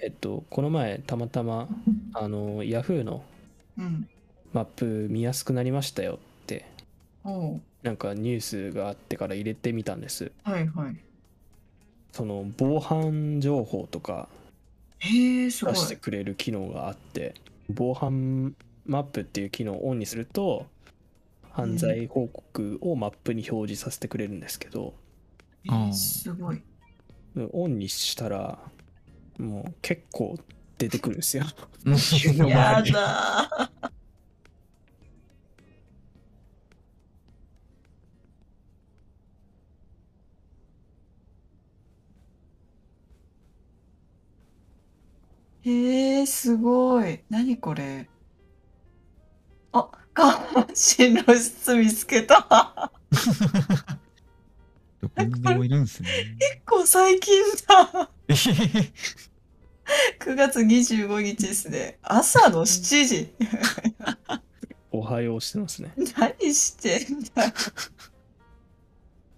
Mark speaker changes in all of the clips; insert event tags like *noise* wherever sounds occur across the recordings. Speaker 1: えっと、この前たまたまあの Yahoo の
Speaker 2: うん。
Speaker 1: マップ見やすくなりましたよって
Speaker 2: おう
Speaker 1: なんかニュースがあってから入れてみたんです
Speaker 2: はいはい。
Speaker 1: その防犯情報とか
Speaker 2: へえ、すごい
Speaker 1: 出。してくれる機能があって防犯マップっていう機能をオンにすると犯罪報告をマップに表示させてくれるんですけど、
Speaker 2: えーすごい。
Speaker 1: オンにしたらもう結構出てくるんですよ
Speaker 3: うん家の
Speaker 2: や
Speaker 3: 周り
Speaker 2: だー。へえ、すごい。何これ。あ、か、進路室見つけた。
Speaker 3: どこにでもいるんですね。
Speaker 2: 結構最近だ。
Speaker 3: えへへへ
Speaker 2: 9月25日ですね。朝の7時。
Speaker 1: おはようしてますね
Speaker 2: 何してんだよ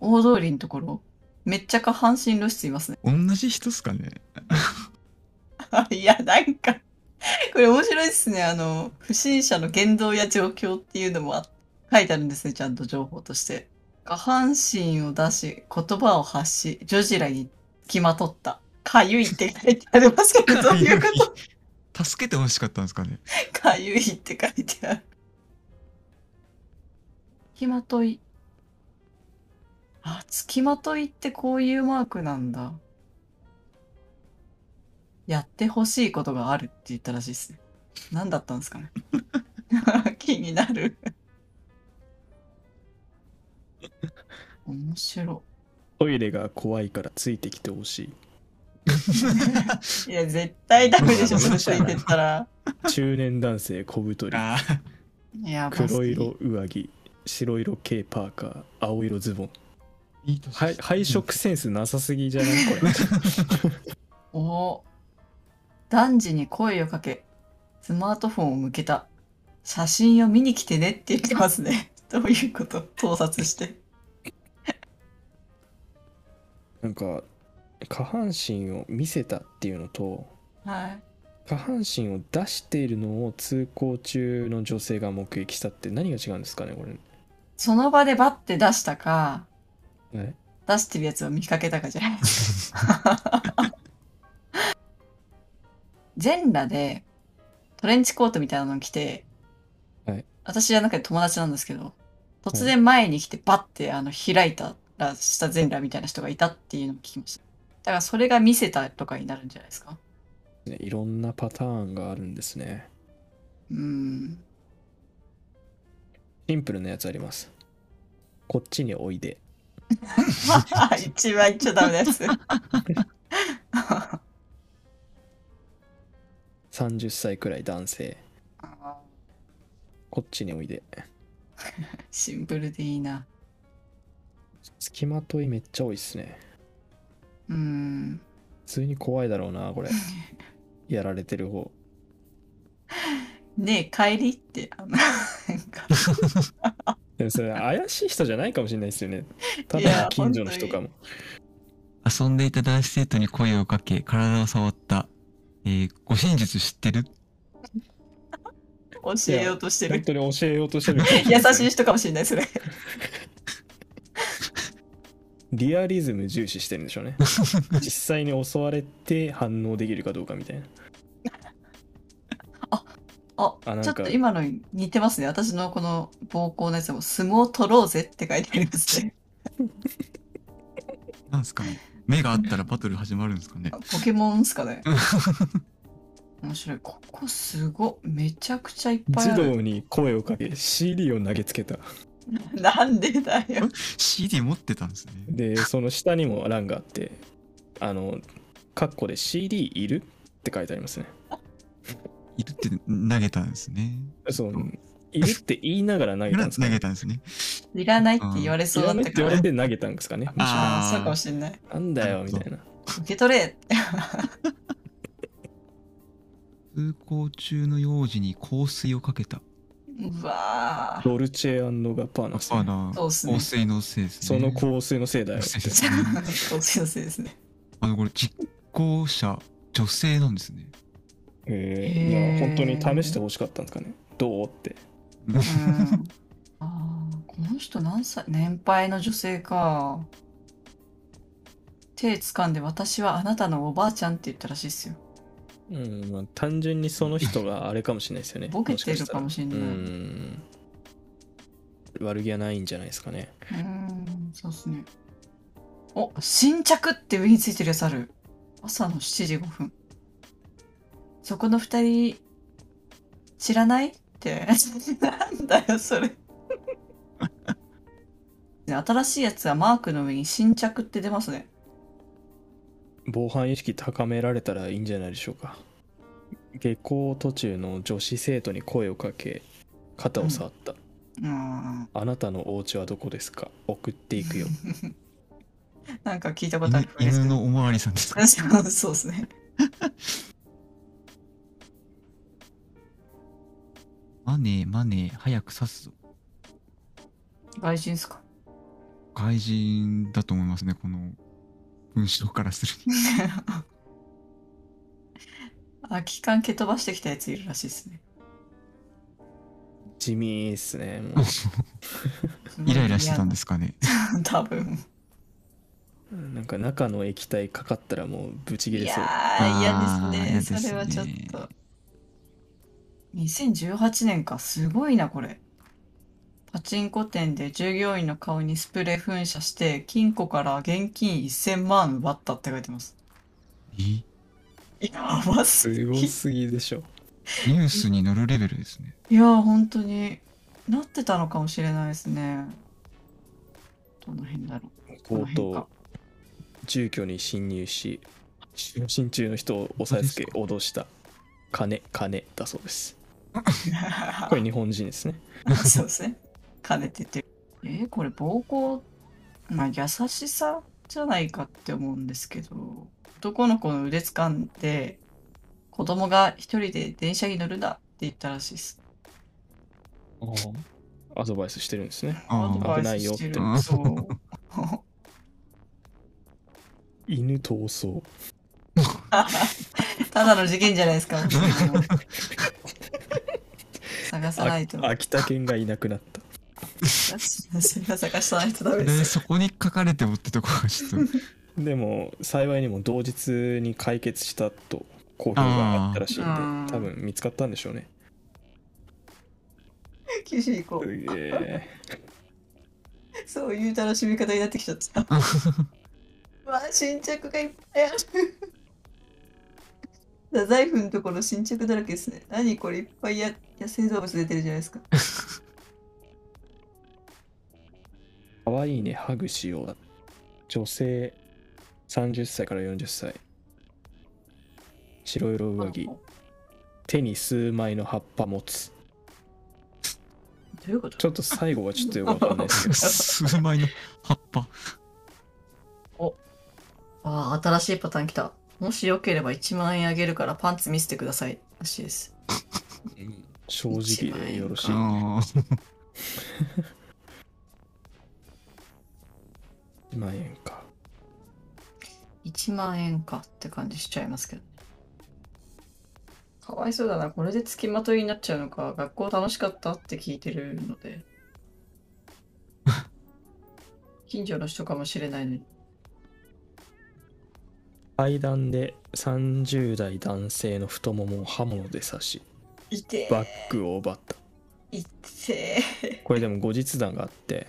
Speaker 2: 大通りのところめっちゃ下半身露出いますね。 *laughs*
Speaker 3: 同じ人っすかね
Speaker 2: いや、なんか、これ面白いですね。あの、不審者の言動や状況っていうのもあ書いてあるんですね。ちゃんと情報として。下半身を出し、言葉を発し、女児らに付きまとった。かゆいって書いてありますけど、どういうこと
Speaker 3: と助けてほしかったんです
Speaker 1: *laughs*
Speaker 3: かね
Speaker 2: かゆいって書いてある。つきまとい。あ、つきまといってこういうマークなんだ。やってほしいことがあるって言ったらしいですね。何だったんですかね。 *laughs* 気になる。面白
Speaker 1: トイレが怖いからついてきてほし
Speaker 2: い。いや、絶対ダメでしょ、それついてったら。
Speaker 1: い中年男性小太り
Speaker 3: ああ。
Speaker 2: いや、バス
Speaker 1: 黒色上着白色系パーカー青色ズボン
Speaker 3: いい年
Speaker 1: はい配色センスなさすぎじゃないこれ
Speaker 2: おお男児に声をかけスマートフォンを向けた写真を見に来てねって言ってます *laughs* ねどういうこと盗撮して
Speaker 1: *laughs* なんか下半身を見せたっていうのと
Speaker 2: はい
Speaker 1: 下半身を出しているのを通行中の女性が目撃したって何が違うんですかねこれ、
Speaker 2: その場でバッて出したか
Speaker 1: はい、
Speaker 2: 出してるやつを見かけたかじゃないですか全裸でトレンチコートみたいなの着て、
Speaker 1: はい
Speaker 2: 私じゃなくて友達なんですけど突然前に来てバッてあの開いたらした全裸みたいな人がいたっていうのを聞きましただからそれが見せたとかになるんじゃないですか
Speaker 1: ねいろんなパターンがあるんですね
Speaker 2: うーん
Speaker 1: シンプルなやつありますこっちにおいで
Speaker 2: まあ *laughs* 一番言っちゃダメなやつ
Speaker 1: 30歳くらい男性こっちにおいで
Speaker 2: シンプルでいいな
Speaker 1: つきまといめっちゃ多いっすね
Speaker 2: うーん
Speaker 1: 普通に怖いだろうな *laughs* これやられてる方
Speaker 2: ねえ帰りってあのなんか
Speaker 1: でもそれ怪しい人じゃないかもし *laughs* れないですよねた
Speaker 2: い
Speaker 1: だ
Speaker 2: や
Speaker 1: の近所の人かも
Speaker 3: 遊んでいた男子生徒に声をかけ、体を触った。えー、護身術知ってる
Speaker 2: 教えようとして
Speaker 1: 本
Speaker 2: る。
Speaker 1: 当に教えようとしてる
Speaker 2: 優しい人かもしれない、それ。
Speaker 1: リアリズム重視してるんでしょうね実際に襲われて反応できるかどうかみたいな
Speaker 2: あ、
Speaker 1: あなんか
Speaker 2: ちょっと今のに似てますね。私のこの暴行のやつも、相撲取ろうぜって書いてあります *laughs* ね。
Speaker 3: *laughs* なんすかね目があったらバトル始まるんですかね
Speaker 2: ポケモンっすかね。面白い。ここすごい。めちゃくちゃいっぱい
Speaker 1: 児
Speaker 2: ある。
Speaker 1: 童に声をかけ CD を投げつけた
Speaker 2: なんでだよ。
Speaker 3: ?CD 持ってたんですね。
Speaker 1: でその下にも欄があってあのカッコで CD いるって書いてありますね
Speaker 3: いるって投げたんですね。
Speaker 1: そう
Speaker 3: うん
Speaker 1: いるって言いながら投げたんです
Speaker 3: 投
Speaker 1: か、ね、
Speaker 3: げたんですね。
Speaker 2: いらないって言われ
Speaker 1: い
Speaker 2: そう
Speaker 1: ら
Speaker 2: だっ
Speaker 1: ね
Speaker 2: た
Speaker 1: って
Speaker 2: か
Speaker 1: 言わ
Speaker 2: ら
Speaker 1: れ。て投げたんですかねむしろ
Speaker 3: あー
Speaker 2: そうかもしれない。
Speaker 1: なんだよみたいな
Speaker 2: 受け取れ。
Speaker 3: 通行中の幼児に香水をかけた。
Speaker 2: うわ *laughs* ぁ。
Speaker 1: ドルチェガッパーナですね
Speaker 3: あの、
Speaker 2: そうっすね
Speaker 3: 香水のせいです
Speaker 1: そ
Speaker 3: ね。
Speaker 1: の *laughs* 香水のせいだよ
Speaker 3: 香
Speaker 1: っ
Speaker 3: 水で
Speaker 1: て
Speaker 3: すね。
Speaker 2: そうですね。
Speaker 3: あの、これ実行者女性なんですね。
Speaker 1: えい
Speaker 2: へー
Speaker 1: や本当に試してほしかったんですかねどうって
Speaker 2: うんあーこの人何歳年配の女性か手掴んで私はあなたのおばあちゃんって言ったらしいっすよ
Speaker 1: うんまあ単純にその人があれかもしれないですよね
Speaker 2: ボケてるかもしんない
Speaker 1: もかしたらうん悪気はないんじゃないですかね
Speaker 2: うーんそうっすねお新着って上についてるやつある朝の7時5分そこの2人知らないってなんだよ
Speaker 1: *laughs*
Speaker 2: それね新しいやつはマークの上に新着って出ますね
Speaker 1: 防犯意識高められたらいいんじゃないでしょうか下校途中の女子生徒に声をかけ肩を触った、
Speaker 2: うん
Speaker 1: あなたのお家はどこですか送っていくよ
Speaker 2: なんか聞いたことあ
Speaker 3: 犬
Speaker 2: るフレーズ
Speaker 3: 犬のおまわりさ
Speaker 2: *laughs*
Speaker 3: んですか
Speaker 2: そうそうですね。
Speaker 3: マネー、マネー、早く刺すぞ。
Speaker 2: 外人ですか
Speaker 3: 外人だと思いますね、この文章からするに。
Speaker 2: 空き缶蹴飛ばしてきたやついるらしいですね。
Speaker 1: 地味っすねもう
Speaker 3: *laughs* イライラしてたんですかね。
Speaker 2: す。多分。
Speaker 1: なんか中の液体かかったらもうブチギ
Speaker 2: い
Speaker 1: レ
Speaker 2: や
Speaker 1: そう
Speaker 2: ー
Speaker 3: あ
Speaker 2: 嫌
Speaker 3: ー嫌
Speaker 2: で
Speaker 3: ですす
Speaker 2: ね。
Speaker 3: ね
Speaker 2: それはちょっと。2018年か。すごいな、これ。パチンコ店で従業員の顔にスプレー噴射して、金庫から現金1000万奪ったって書いてます。
Speaker 3: えニ
Speaker 2: やばすぎ
Speaker 1: すごすぎでしょ
Speaker 3: ュースに載るレベルですね。
Speaker 2: いやー本当になってたのかもしれないですね。どの辺だろう。
Speaker 1: 強
Speaker 2: この辺か
Speaker 1: 盗住居に侵入し就寝中の人を押さえつけ脅した金金だそうですこれ日本人ですね
Speaker 2: *laughs* そうですね。金って言ってる。えーこれ暴行、まあ優しさじゃないかって思うんですけど、男の子の腕掴んで、子供が一人で電車に乗るなって言ったらしいです。
Speaker 1: アドバイスしてるんですね
Speaker 2: ア
Speaker 3: あ
Speaker 2: ド
Speaker 3: あ
Speaker 2: バイスして
Speaker 1: 危
Speaker 2: る
Speaker 3: ないよ。って
Speaker 2: そう。
Speaker 1: 犬逃走
Speaker 2: ただの事件じゃないですか。もう探さないと。
Speaker 1: 秋田犬がいなくなった
Speaker 2: それは探さないとダメで
Speaker 3: ですそこに書かれてもってとこがちょっと。
Speaker 1: でも幸いにも同日に解決したと公表があったらしい
Speaker 2: あー
Speaker 1: んで多分見つかったんでしょうね
Speaker 2: よ。九州行こ
Speaker 1: す
Speaker 2: う。
Speaker 1: げえ
Speaker 2: そういう楽しみ方になってきち
Speaker 1: *laughs*
Speaker 2: ゃった。うわあ、新着がいっぱいある。太宰府のところ新着だらけですね。何これいっぱいや野生動物出てるじゃないですか。
Speaker 1: かわいいねハグしようだ女性30歳から40歳白色上着
Speaker 2: ど
Speaker 1: 手に数枚の葉っぱ持つ
Speaker 2: ういうこと
Speaker 1: ちょっと最後はちょっとよくわかんない
Speaker 2: *laughs*
Speaker 1: ですけど
Speaker 3: 数枚の葉っぱ。
Speaker 2: ああ、新しいパターン来た。もしよければ1万円あげるからパンツ見せてください。らしいです。
Speaker 1: *laughs* 正直でよろしい
Speaker 3: ああ。
Speaker 1: 1万円か
Speaker 2: 1万円かって感じしちゃいますけどね。かわいそうだな。これで付きまといになっちゃうのか。学校楽しかったって聞いてるの *laughs* で。近所の人かもしれないのに。
Speaker 1: 階段で30代男性の太ももを刃物で刺し
Speaker 2: いて
Speaker 1: バッグを奪った
Speaker 2: ーいて
Speaker 1: これでも後日談があって、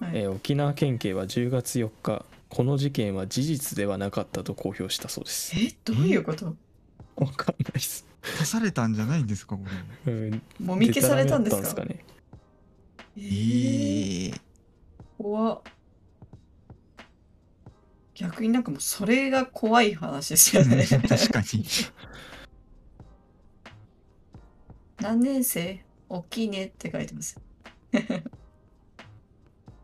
Speaker 2: ー、はい
Speaker 1: えー沖縄県警は10月4日この事件は事実ではなかったと公表したそうです
Speaker 2: えどういうこと
Speaker 1: わかんないっす。
Speaker 3: 刺されたんじゃないんですか、これ。
Speaker 1: うん。
Speaker 2: もみ消されたんです
Speaker 1: で
Speaker 2: か
Speaker 1: らめだっ
Speaker 2: え
Speaker 3: え
Speaker 2: ー
Speaker 3: え
Speaker 2: 怖っ逆になんかもうそれが怖い話ですよね。
Speaker 3: 確かに。
Speaker 2: *laughs* 何年生大きいねって書いてます。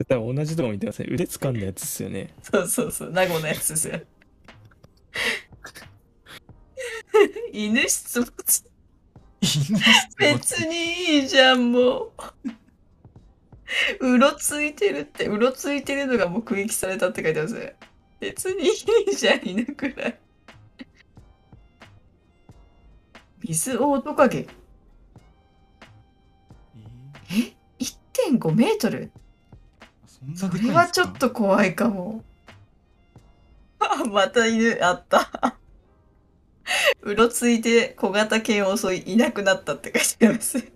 Speaker 1: 多分同じとこ見てますね。腕掴んだやつですよね。
Speaker 2: そうそうそう、名護のやつですよ。犬質問別にいいじゃん、もう。うろついてるって、うろついてるのが目撃されたって書いてますね。別にいいじゃん、犬くらい。水オオトカゲ。え ?1.5 メートル
Speaker 3: そんな
Speaker 2: そ
Speaker 3: でかいんですか
Speaker 2: れはちょっと怖いかも。あ *laughs* また犬あった。 *laughs* うろついて小型犬を襲いいなくなったって書いてあります。